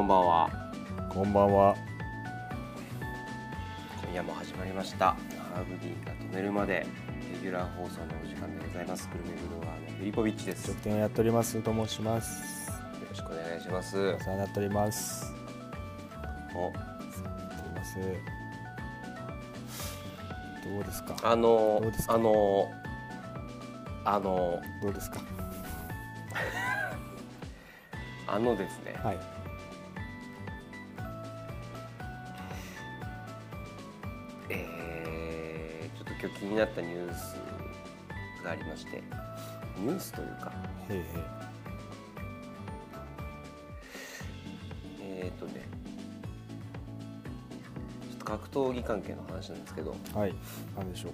んばんはこんばんは。今夜も始まりましたハーブディーンが止めるまでレギュラー放送のお時間でございますグルメブロガーのフリポビッチです直よ店やっております。と申します。ろしくお願いしますお世話になっております。おやっております。どうですか。あのどうですかあのあのどうですか。あのですね、はい。えーちょっと今日気になったニュースがありましてニュースというかへいへい。えーっ、とねちょっと格闘技関係の話なんですけどはい。なんでしょう。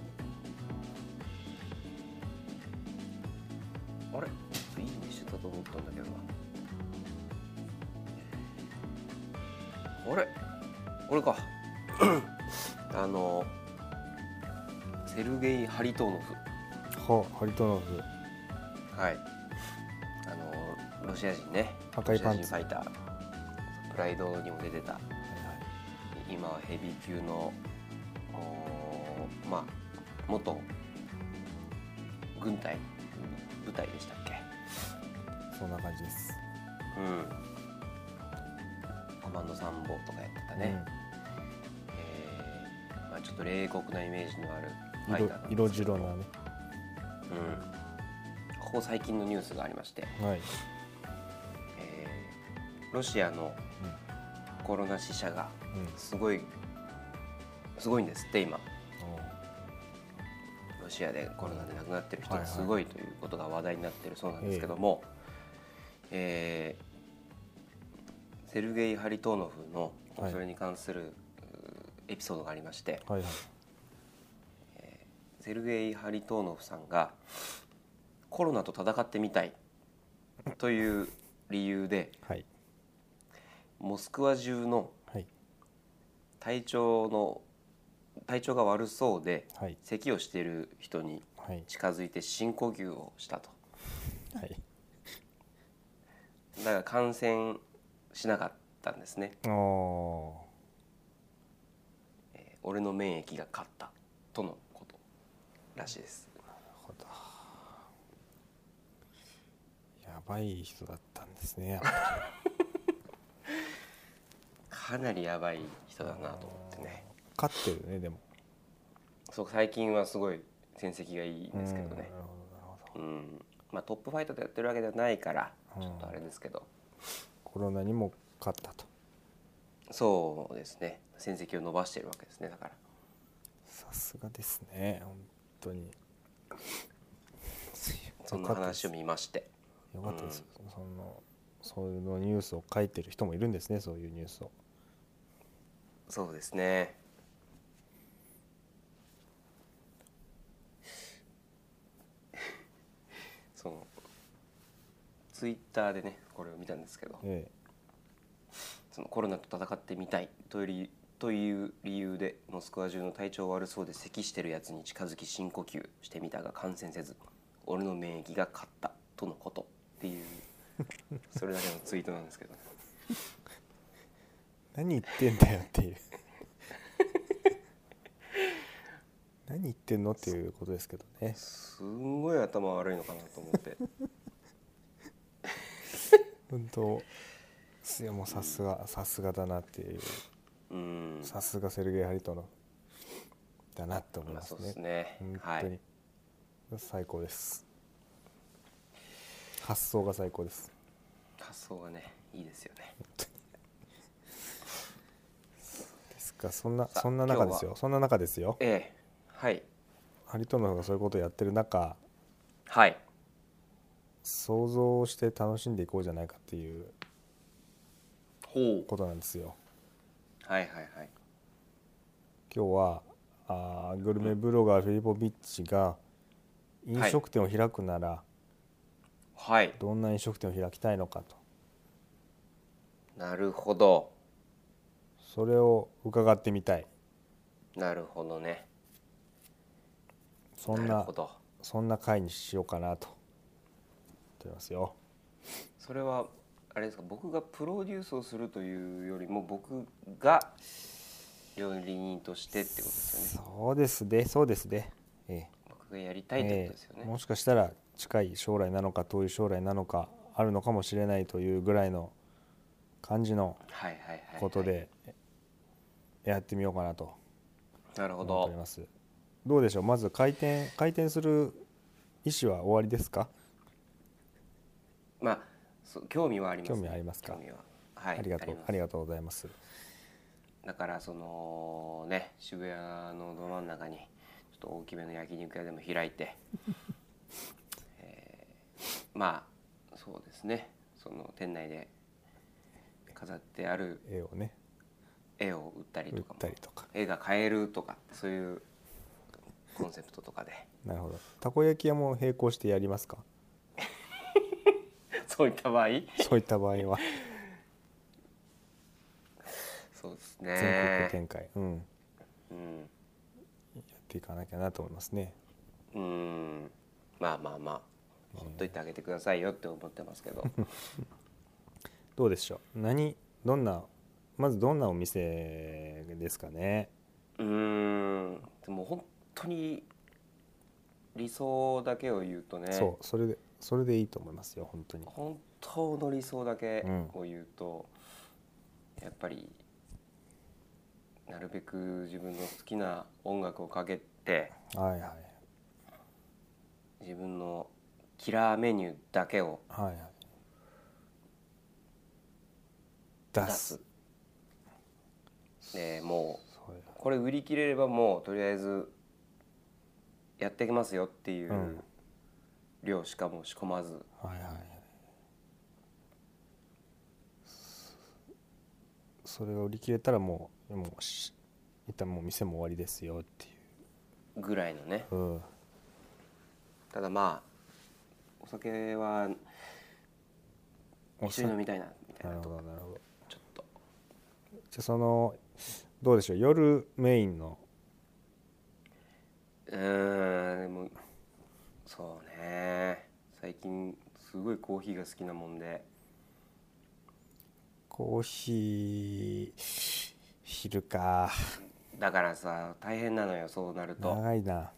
あれちょっといいにしてたと思ったんだけどなあれこ れかあのセルゲイ・ハリトーノフは、ハリトノフ。はい。あのロシア人ね。赤いパンツロシア人ファイター。プライドにも出てた。今はヘビー級のおーまあ元軍隊部隊でしたっけ？そんな感じです。うん。コマンド参謀とかやってたね。えーまあちょっと冷酷なイメージのあるうファん。イターなんですけど色、色白なね。うん。ここ最近のニュースがありまして、はい。えーロシアのコロナ死者がうん。うん。すごいすごいんですって今ロシアでコロナで亡くなってる人はいがはいすごいということが話題になってるそうなんですけども、えーセルゲイ・ハリトーノフのはいそれに関する、うーエピソードがありまして、はいはい。セルゲイ・ハリトーノフさんがコロナと戦ってみたいという理由ではい。モスクワ中のはい。体調の体調が悪そうではい。咳をしている人にはい。近づいて深呼吸をしたとはい。だから感染しなかったんですねああ。えー俺の免疫が勝ったとのことらしいですほどやばい人だったんですねやっぱかなりやばい人だなと思ってね勝ってるねでもそう最近はすごい戦績がいいんですけどねうんなるほどなるほうどんまあトップファイターでやってるわけではないからうんちょっとあれですけど、コロナにも勝ったとそうですね戦績を伸ばしてるわけですねだからさすがですね本当にそんなよかったで話すを見ましてよかったです、そのそういうのニュースを書いてる人もいるんですねそういうニュースをそうですね。 そのツイッターでねこれを見たんですけどえそのコロナと戦ってみたいという理という理由でモスクワ中の体調悪そうで咳してるやつに近づき深呼吸してみたが感染せず俺の免疫が勝ったとのことっていうそれだけのツイートなんですけどえ何言ってんだよっ ていう何言ってんのっていうことですけどねすんごい頭悪いのかなと思って。本当いやもうさすがさすがだなっていううんさすがセルゲイ・ハリトのだなって思いまあますそうね,、ですね。は本当にい。、最高です発想が最高です発想がね、いいですよね。ですかそんなさあそんな中です今よそんな中ですよええ、はい、ハリトの方がそういうことをやってる中はい、想像して楽しんでいこうじゃないかっていうほう、ことなんですよはいはいはい、今日はあーグルメブロガーフィリポビッチが飲食店を開くなら、はい、どんな飲食店を開きたいのかとなるほど、それを伺ってみたいなるほどね、そんるなほど、そんな回にしようかなと思ってますよそれはあれですか僕がプロデュースをするというよりも僕が料理人としてってことですよねそうですねそうですねええ僕がやりたいってことですよええね、もしかしたら近い将来なのか遠い将来なのかあるのかもしれないというぐらいの感じのはいはいはい、はい、ことでやってみようかなとなるほ思っておどりますどうでしょうまず回転回転する意思は終わりですかまあそう興味はあります、興味ありますか興味ははいありがとうますありがとうございますだからそのね渋谷のど真ん中にちょっと大きめの焼肉屋でも開い て、えーまあそうですねその店内で飾ってある絵をね絵を売ったり売とっかもたりとか絵が買えるとかそういうコンセプトとかで なるほどたこ焼き屋も並行してやりますかそういった場合そういった場合 はそうです全国ね展開、うん、やうんっていかなきゃなと思いますねうんまあまあまあほっといてあげてくださいよって思ってますけどどうでしょう何どんなまずどんなお店ですかねうーんでも本当に理想だけを言うとねそうそれでそれでいいと思いますよ本当に本当の理想だけうんを言うと、やっぱりなるべく自分の好きな音楽をかけてはいはい自分のキラーメニューだけをはいはい出出すす。でもうそうやこれ売り切れればもうとりあえずやってきますよっていううん量しかもう仕込まず、はいはいはいそそれが売り切れたらもうもうし一旦もう店も終わりですよっていぐらいのねう、うん、ただまあお酒はお一緒さに飲みたいなみたいななとるほどかなるほどちょっとじゃあそのどうでしょう夜メインのうーんでもそうね最近すごいコーヒーが好きなもんでコーヒー昼かだからさ大変なのよそうなると長いな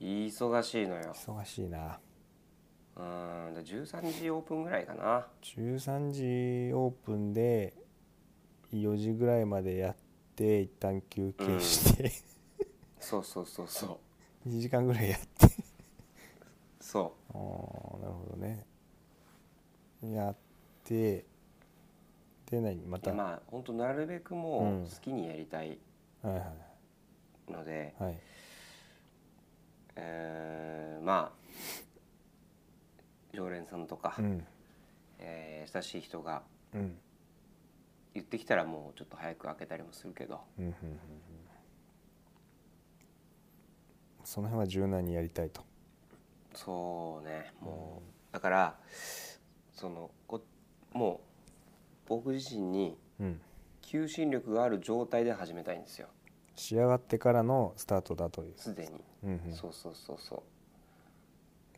忙しいのよ忙しいなうーんで13時オープンぐらいかな13時オープンで4時ぐらいまでやって一旦休憩して、そうそうそうそう2時間ぐらいやってそあーなるほどねやってで何まういた、やまあほんとなるべくもうんう好きにやりたいはいはので、いはいえーまあ常連さんとか、うんえー親しい人がうん言ってきたらもうちょっと早く開けたりもするけどうんうんうんうんその辺は柔軟にやりたいとそうねもうだからそのこもう僕自身にうん求心力がある状態で始めたいんですよ仕上がってからのスタートだというすでに、うんうんそうそうそうそ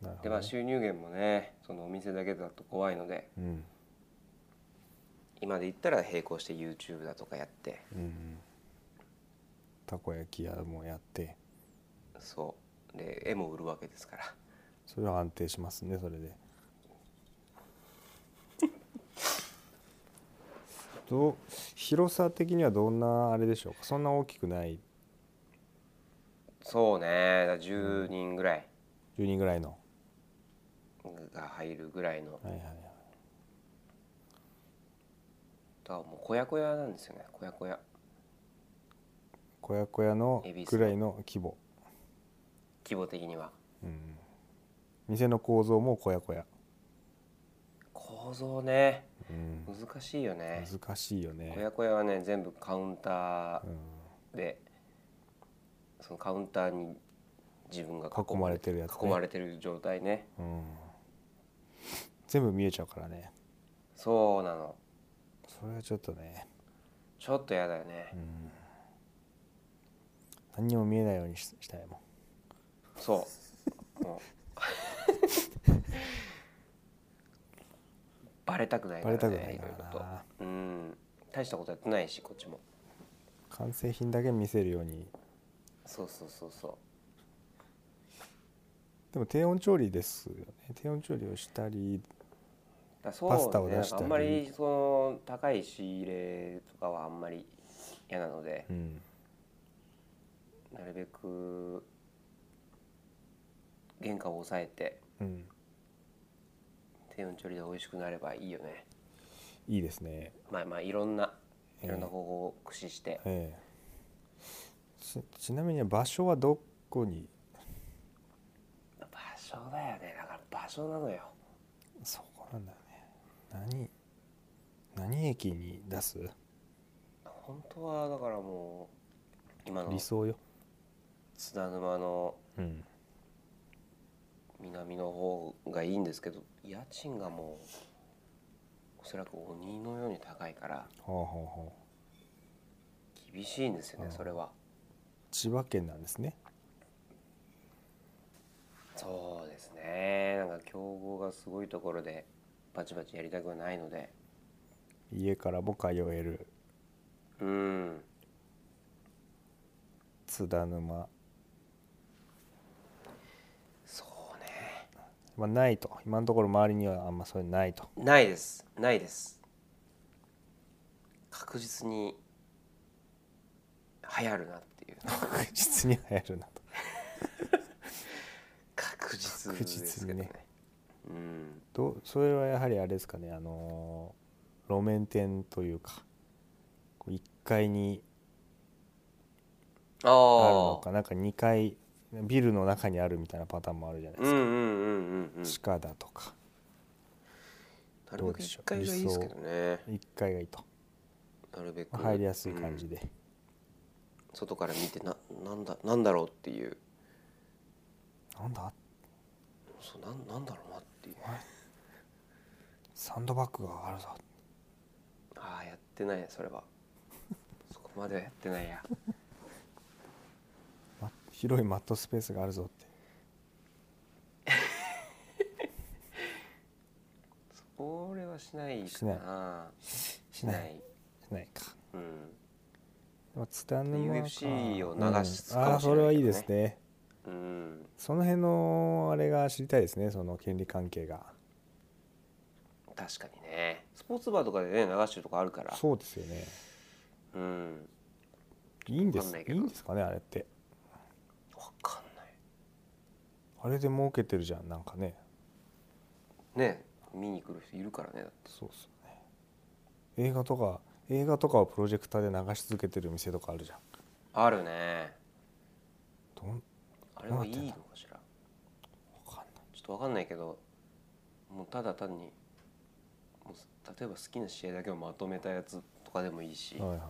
なるほうどでまあ収入源もねそのお店だけだと怖いのでうん今で言ったら並行して YouTube だとかやってうんうんたこ焼き屋もやってそうで絵も売るわけですからそれは安定しますねそれで どう広さ的にはどんなあれでしょうかそんな大きくないそうねだから10人ぐらい10人ぐらいのが入るぐらいのはいはいはいだからもう小屋小屋なんですよね小屋小屋小屋小屋の恵比寿ぐらいの規模、規模的にはうん、店の構造も小屋小屋、構造ねうん、難しいよね難しいよ小ね、屋小屋はね全部カウンターうん、でそのカウンターに自分が囲まれてるやつね囲まれてる状態ねうん、全部見えちゃうからねそうなのそれはちょっとね、ちょっとやだよねうん、何にも見えないようにししたいもんそうもう バレたくないかバらねレたくないいかろいろらとなうん大したことやってないしこっちも完成品だけ見せるようにそうそうそうそでも低温調理ですよね低温調理をしたりうだからそうパスタをね出したりなんかあんまりその高い仕入れとかはあんまり嫌なのでう、んなるべく原価を抑えてうん低温調理で美味しくなればいいよねいいですねまあまあいろんなええいろんな方法を駆使して、ええちちなみに場所はどこに場所だよねだから場所なのよそこなんだよね何何駅に出す本当はだからもう今の理想よ、津田沼のうん、南の方がいいんですけど家賃がもうおそらく鬼のように高いからほうほうほう厳しいんですよねうんそれは千葉県なんですねそうですねなんか競合がすごいところでバチバチやりたくはないので家からも通えるうん津田沼、そうねまあ、ないと今のところ周りにはあんまそういうのないと ないですないです確実に流行るなっていう確実に流行るなと確実ですけどね確うんどうそれはやはりあれですかねあのー路面店というかこう1階にあああるのかなんか2階ビルの中にあるみたいなパターンもあるじゃないでうんすうか、んうんうんうん地下だとかなるべく1階がいいですけどね1階がいいとなるべくまあ入りやすい感じうんで、外から見てななんだなんだろうっていうなんだそうなんなんだろうなっていうサンドバッグがあるぞああやってないそれは そこまではやってないやま広いマットスペースがあるぞってそれはしないかしないなしないいないか、うんまあ、ツタ沼か UFC を流すうんかあもしれないけどねあそれはいいですねうんその辺のあれが知りたいですねその権利関係が確かにねスポーツバーとかでね流してるとこあるからそうですよねうんいいんでわかんすないいけどいんですかねあれってわかんないあれで儲けてるじゃんなんかねね見に来る人いるからねだってそうっすよね映画とか映画とかをプロジェクターで流し続けてる店とかあるじゃんあるねどんあれはいどういなのってんだかしらわかんないちょっとわかんないけどもうただ単にもうす例えば好きな試合だけをまとめたやつとかでもいいし、はいはいはいは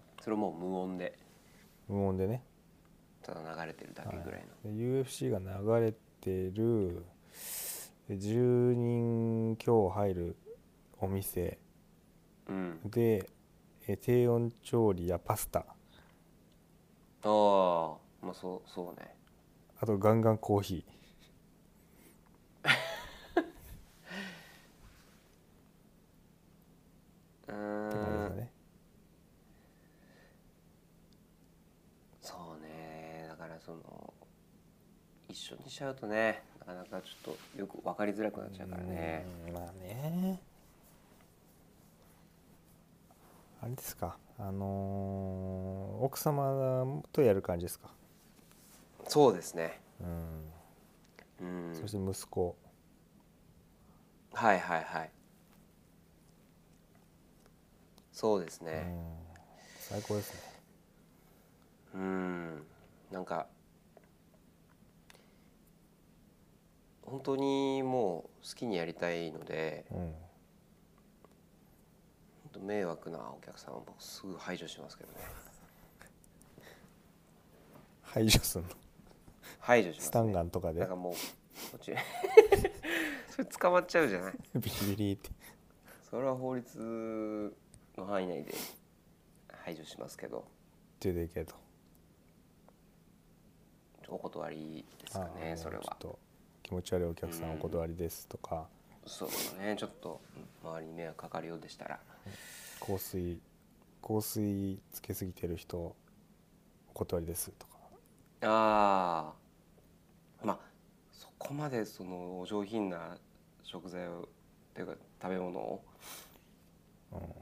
いそれをもう無音で無音でねただ流れてるだけぐらいの、で UFC が流れてるで10人強入るお店うんでえ低温調理やパスタああまあそうそうねあとガンガンコーヒうーーって感じだんねそうねだからその一緒にしちゃうとねなかなかちょっとよく分かりづらくなっちゃうからねうーんまあねあれですかあのー奥様とやる感じですかそうですねうん、うんそして息子はいはいはいそうですね、うん最高ですねうーんなんか本当にもう好きにやりたいのでうん本当迷惑なお客さんは僕すぐ排除しますけどね排除するの排除します、ね、スタンガンとかなでんかもうこっち それ捕まっちゃうじゃないビリビリってそれは法律の範囲内で排除しますけど出ていけとお断りですあかーねもうそれはちょっと気持ち悪いお客さんお断りですとか、そうねちょっと周りに迷惑かかるようでしたら香水香水つけすぎてる人お断りですとかああまあそこまでそのお上品な食材をというか食べ物を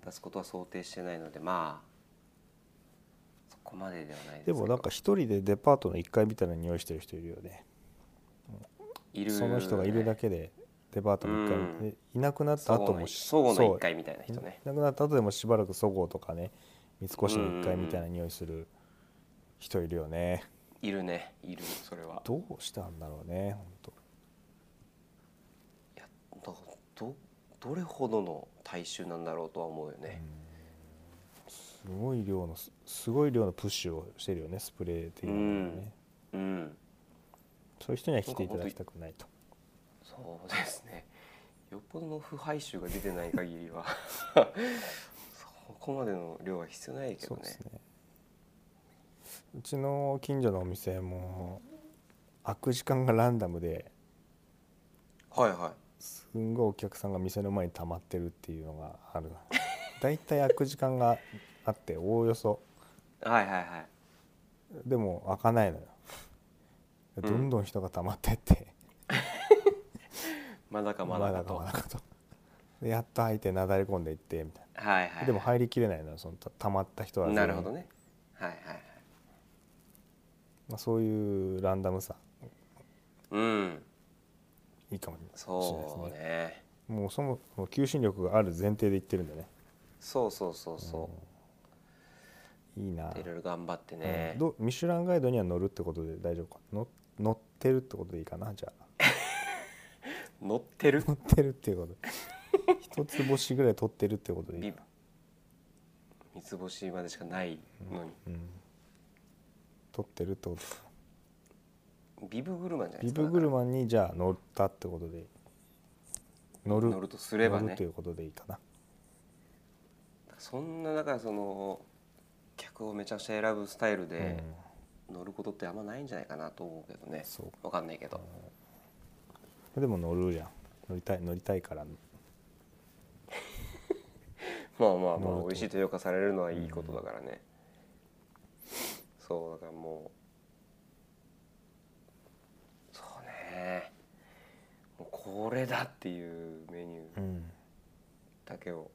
出すことは想定してないのでまあそこまでではないですけでどもなんか一人でデパートの1階みたいな匂いしてる人いるよねいるその人がいるだけでデパートの1階、うんでいなくなったそ後ごのも一そごの一階みたいなそう人ねいなくなった後でもしばらくそごうとかね三越の1階みたいな匂いする人いるよねいるねいるそれはどうしたんだろうね本当いやどどどれほどの大衆なんだろうとは思うよね、すごい量のすすごい量のプッシュをしてるよねスプレー的なものをね、うんうんそういう人には来ていただきたくないとそうです ねよっぽどの腐敗臭が出てない限り はそこまでの量は必要ないけそどうねですねうちの近所のお店も開く時間がランダムではいはすんごいお客さんが店の前に溜まってるっていうのが あるだいたい開く時間があっておおよそいはいはいはいでも開かないのよんどんどん人が溜まってって、まだかままだだかかとまだかとでやっと開いてなだれ込んでいってみたいはいはないでも入りきれないのよそのた溜まった人は全員なるほどねはいはいはいまあ、そういうランダムさうんいいかもしれないですそねうねもうそもそも求心力がある前提で言ってるんでねそうそうそうそいいなういろいろ頑張ってうねん、どミシュランガイドには乗るってことで大丈夫かの乗ってるってことでいいかなじゃあ 乗ってる乗ってるっていうことで一つ星ぐらい取ってるってことでいいビかな三つ星までしかないのに、うん取ってるってことかビブグルマンじゃないですビかブグルマンにじゃあ乗ったってことで乗る乗るとすればね乗るということでいいかなそんなだからその客をめちゃくちゃ選ぶスタイルで乗ることってあんまないんじゃないかなと思うけどねそうわかんないけどでも乗るじゃん乗りたい乗りたいからまあまあまあ乗ると美味しいと評価されるのはいいことだからねそうだからもうそうねもうこれだっていうメニューうんだけを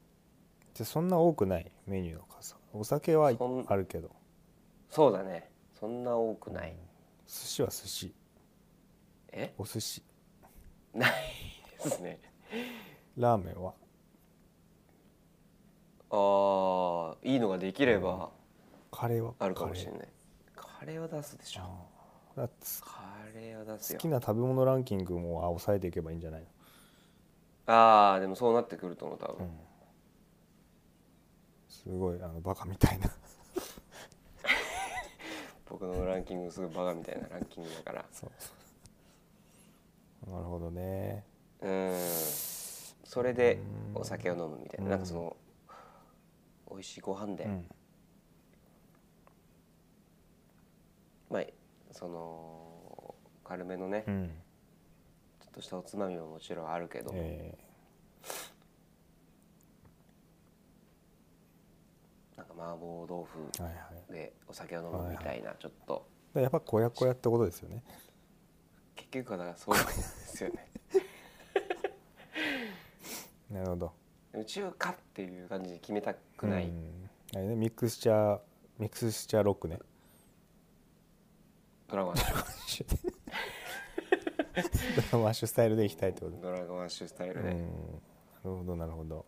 じゃあそんな多くないメニューの数お酒はいそんあるけどそうだねそんな多くない寿司は寿司えお寿司ないですねラーメンはああいいのができれば、カレーはあるかもしれいないカレーは出すでしょカレーは出す好よきな食べ物ランキングもあ抑えていけばいいんじゃないの、ああでもそうなってくると思う多分、すごいあのバカみたいな 僕のランキングすごいバカみたいなランキングだからそうそうなるほどねうんそれでお酒を飲むみたいな、うんなんかその美味しいご飯で、うんまあその軽めのね、うちんょっとしたおつまみももちろんあるけど、えなんか麻婆豆ー腐はいはいでお酒を飲むみたいな、ちょっとでやっぱこやこやってことですよね結局はだからそうなんですよねなるほどでも中華っていう感じで決めたくない、うんあれね、ミクスチャーミクスチャーロッ クねドラゴンアッシュドラマッシュスタイルでいきたいってことねドラゴンアッシュスタイルうで、んなるほどなるほど、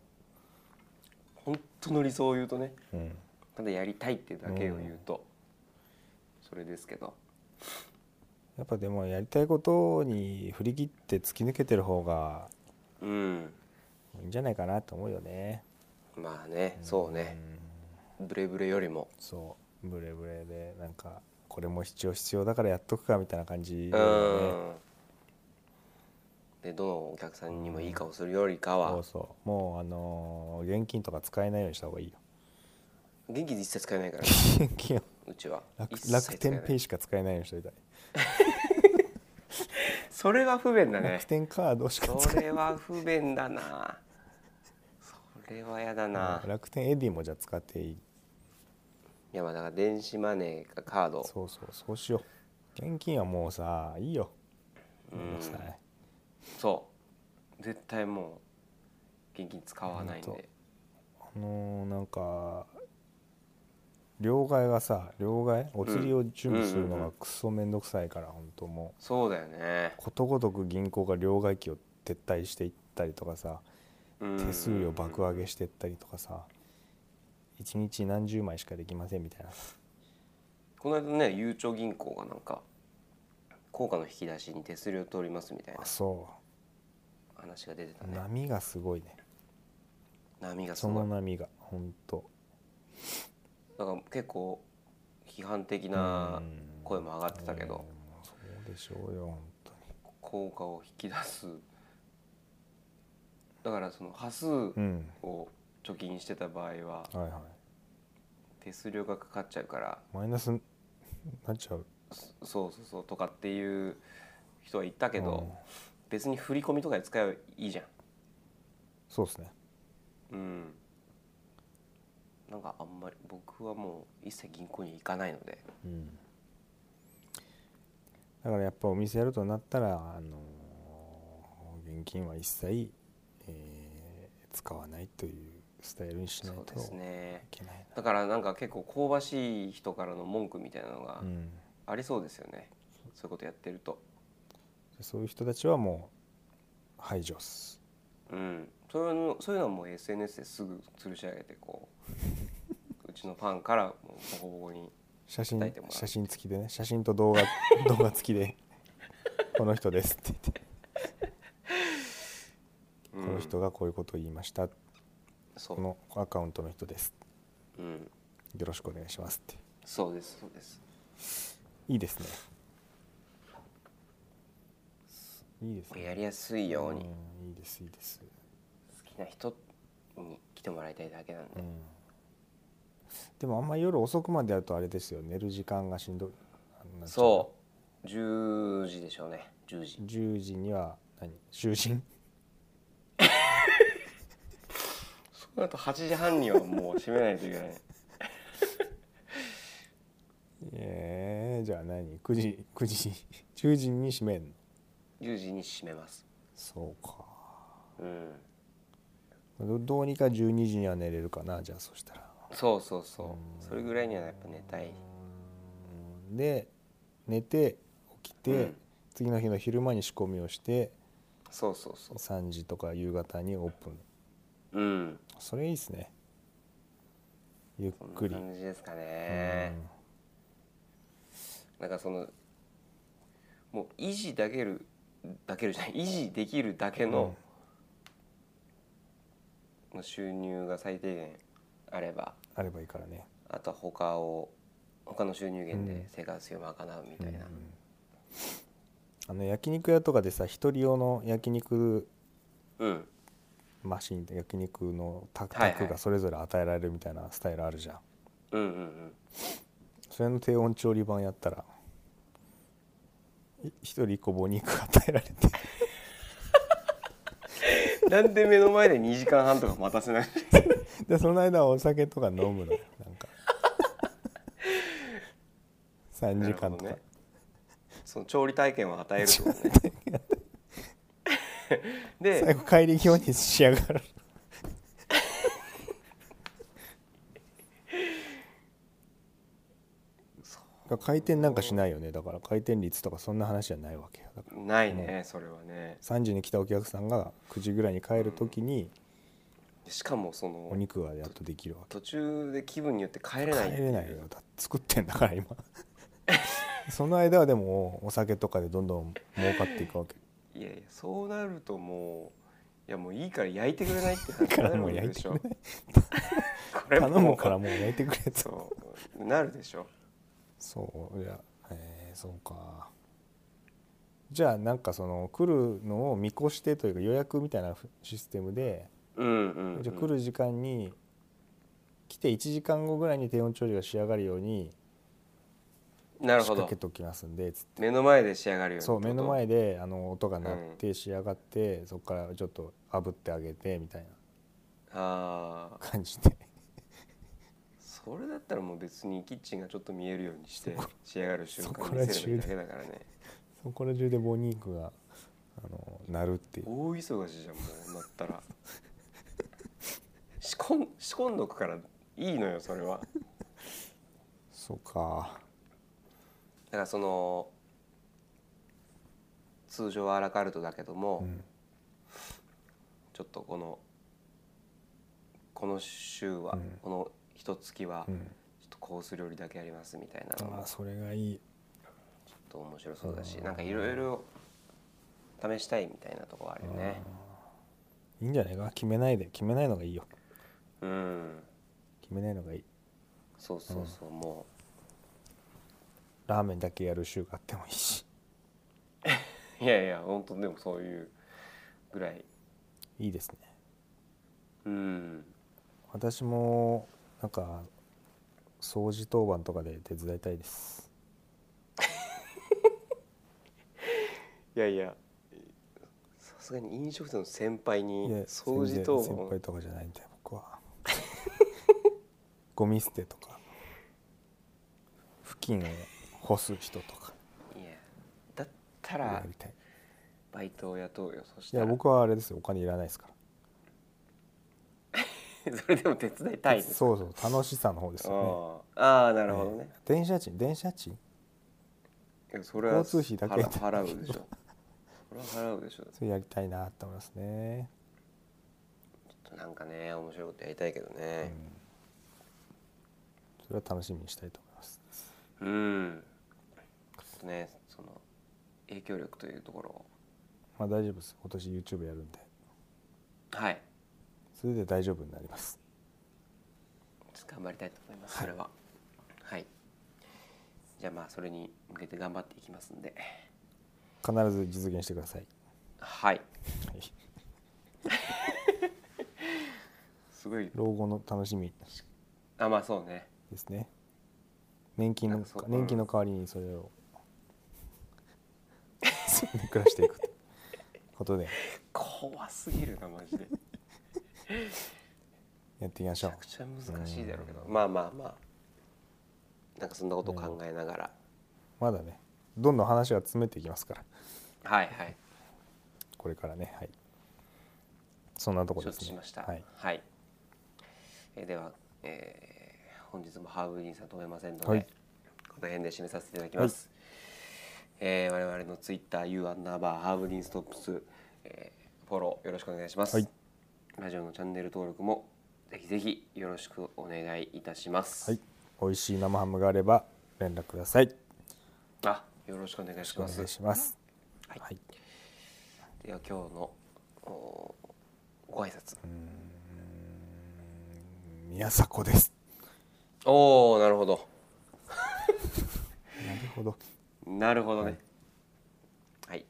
本当の理想を言うとねうん、ただやりたいってだけを言うと、それですけどやっぱでもやりたいことに振り切って突き抜けてる方がうんいいんじゃないかなと思うよねまあねそうね、ブレブレよりもそうブレブレでなんかこれも必要必要だからやっとくかみたいな感じうだよねんでどのお客さんにもいい顔するよりかそはうそうもうあのー現金とか使えないようにした方がい いよ元気で一切使えないから現金をうちは楽一切使え楽ない天ペイしか使えないようにしといたいそれは不便だね楽天カードしかそれは不便だなそれはやだな、い楽天エディもじゃあ使っていいやまあだから電子マネーかカードそうそうそうしよう現金はもうさいいよめんどくさいそう絶対もう現金使わないんほんとであのーなんか両替がさ両替お釣りを準備するのうんうんうんうがんクソめんどくさいから本当もうそうだよね、ことごとく銀行が両替機を撤退していったりとかさうん手数料爆上げしていったりとかさ一日何十枚しかできませんみたいなこの間ねゆうちょ銀行がなんか硬貨の引き出しに手数料通りますみたいなあそ話が出てたうね波がすごいね波がすそごのい波が本当だから結構批判的な声も上がってたけどそうでしょうよ本当に効果を引き出すだからその端数うんを貯金してた場合ははいはい手数料がかかっちゃうからマイナスになっちゃうそそうそうそうとかっていう人は言ったけど別に振り込みとかで使えばいいじゃんそうですねうんなんかあんまり僕はもう一切銀行に行かないのでうんだからやっぱお店やるとなったら、あのー現金は一切、えー使わないというスタイルにしないそうとでいすねけないなだからなんか結構香ばしい人からの文句みたいなのがうんありそうですよね、そういうことやってるとそういう人たちはもう排除っすうんそういうのそういうのはもう SNS ですぐ吊るし上げてこう うちのファンからもうボコボコに写真叩いてもらう写真付きでね写真と 動画動画付きでこの人ですって言って、うんこの人がこういうことを言いましたそこう、のアカウントの人ですうん、よろしくお願いしますってそうですそうですいいですねいいですねやりやすいようにうんいいですいいです、好きな人に来てもらいたいだけなんうで、ん、でもあんま夜遅くまでやるとあれですよ寝る時間がしんどいそう10時でしょうね10時う10時には何就寝そうなると8時半にはもう閉めないといけない ええじゃあ何9時9時 10時に閉めんの10時に閉めますそうかうんどどうにか12時には寝れるかなじゃあそしたらそうそうそうそれぐらいにはやっぱ寝たいうんで寝て起きて、うん次の日の昼間に仕込みをしてそうそうそ3時とか夕方にオープンううんそれいいですねゆっこくんりな感じですかねなんかそのもう維持だけるだけるじゃない維持できるだけの,、の収入が最低限あればあればいいからねあとは他を他の収入源うんで生活費を賄うみたいな、あの焼肉屋とかでさ一人用の焼肉うん、マシンって焼肉のタクはいはいタクがそれぞれ与えられるみたいなスタイルあるじゃん、うんうんうんそれの低温調理版やったらい一人一個母肉与えられて なんで目の前で2時間半とか待たせ ないでその間お酒とか飲むのよな んか3時間とか、なるほどねその調理体験を与えるとかね 最で後帰り際に仕上がる回転なんかしないよねだから回転率とかそんな話じゃないわけよだからないねそれはね3時に来たお客さんが9時ぐらいに帰る時にしかもそのお肉がやっとできるわけ途中で気分によって帰れないってい帰うれないよだって作ってんだから今その間はでもお酒とかでどんどん儲かってい くわけいやいやそうなるともういやもういいから焼いてくれないって感だじかにらなもうる焼いでてしくょれない これ頼むからももう焼いてくれうとそうなるでしょそういやえーそうかじゃあなんかその来るのを見越してというか予約みたいなふシステムで、うんうん、うん、じゃあ来る時間に来て1時間後ぐらいに低温調理が仕上がるようになる仕ほど掛けときますんでつって目の前で仕上がるようにそう目のって前であの音が鳴っうて仕上がって、そこからちょっと炙ってあげてみたいことああな感じで それだったらもう別にキッチンがちょっと見えるようにして仕上がる瞬そこ間ら見せればいいだ中けだからねそこら中でボニークがあの鳴るっていう大忙しじゃんもうなったら仕込ん仕込んどくからいいのよそれはだそうかからその通常はアラカルトだけども、うんちょっとこのこの週は、うんこの一月は、うちょっんとコース料理だけやりますみたいなのもあちあょそれがいいっと面白そうだし、うんなんかいろいろ試したいみたいなとこはあるよねいいんじゃないか決めないで決めないのがいいようん決めないのがいいそうそうそう、もラーメンだけやる週があってもいいしういやいや本当でもそういうぐらいいいですねうん私もなんか掃除当番とかで手伝いたいですいやいやさすがに飲食店の先輩にいや掃除全然当先輩番とかじゃないんで僕は ゴミ捨てとか付近を干す人とかいやだったやらりたいバイトを雇うよそしいたやら僕はあれですよお金いらないですか それでも手伝いたいらですそうそう楽しさの方ですよああああなねるほどね、ええ電車賃電車賃いやそれは交通費だけ払払うでしょそれは払うでしょちょそれやりたいなと思いますね、っとなんかね面白いことやりたいけどうんね、それは楽しみにしたいと思いますうん、ちょっとねその影響力というところをまあ大丈夫です今年 YouTube やるんではいそれで大丈夫になりますちょっと頑張りたいと思いますそれははいじゃあまあそれに向けて頑張っていきますんで必ず実現してください、はいはい、すごい老後の楽しみあまあそうねですね年金なんのかそう年金の代わりにそれを暮らしていくということで怖すぎるなマ ジでめやっていきましちょゃうくちゃ難しいだろうけどまあまあまあなんかそんなことを考えながら、まだねどんどん話が詰めていきますからはいはいこれからねはいそんなとこ承で知すしねました。ははいい、えーでは、えー本日もハーブディーンさん飛べませんので、はいこの辺で締めさせていただきます。えー我々のツイッター U アンダーバーハーブディーンストップス、えーフォローよろしくお願いします。はいラジオのチャンネル登録もぜひぜひよろしくお願いいたします。はい、美味しい生ハムがあれば連絡くださいよあ、よろしくお願いろししくおま願いす。しますはいはい、では今日のおご挨拶。宮迫ですおお、なるほど。なるほどなるほどね。はい。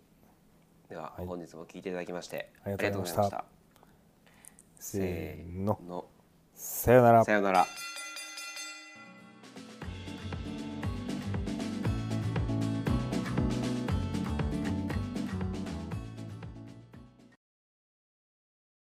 では、はい本日も聞いていただきましてありがとうございましたありがとうございましたせーのせーのさよならさようなら。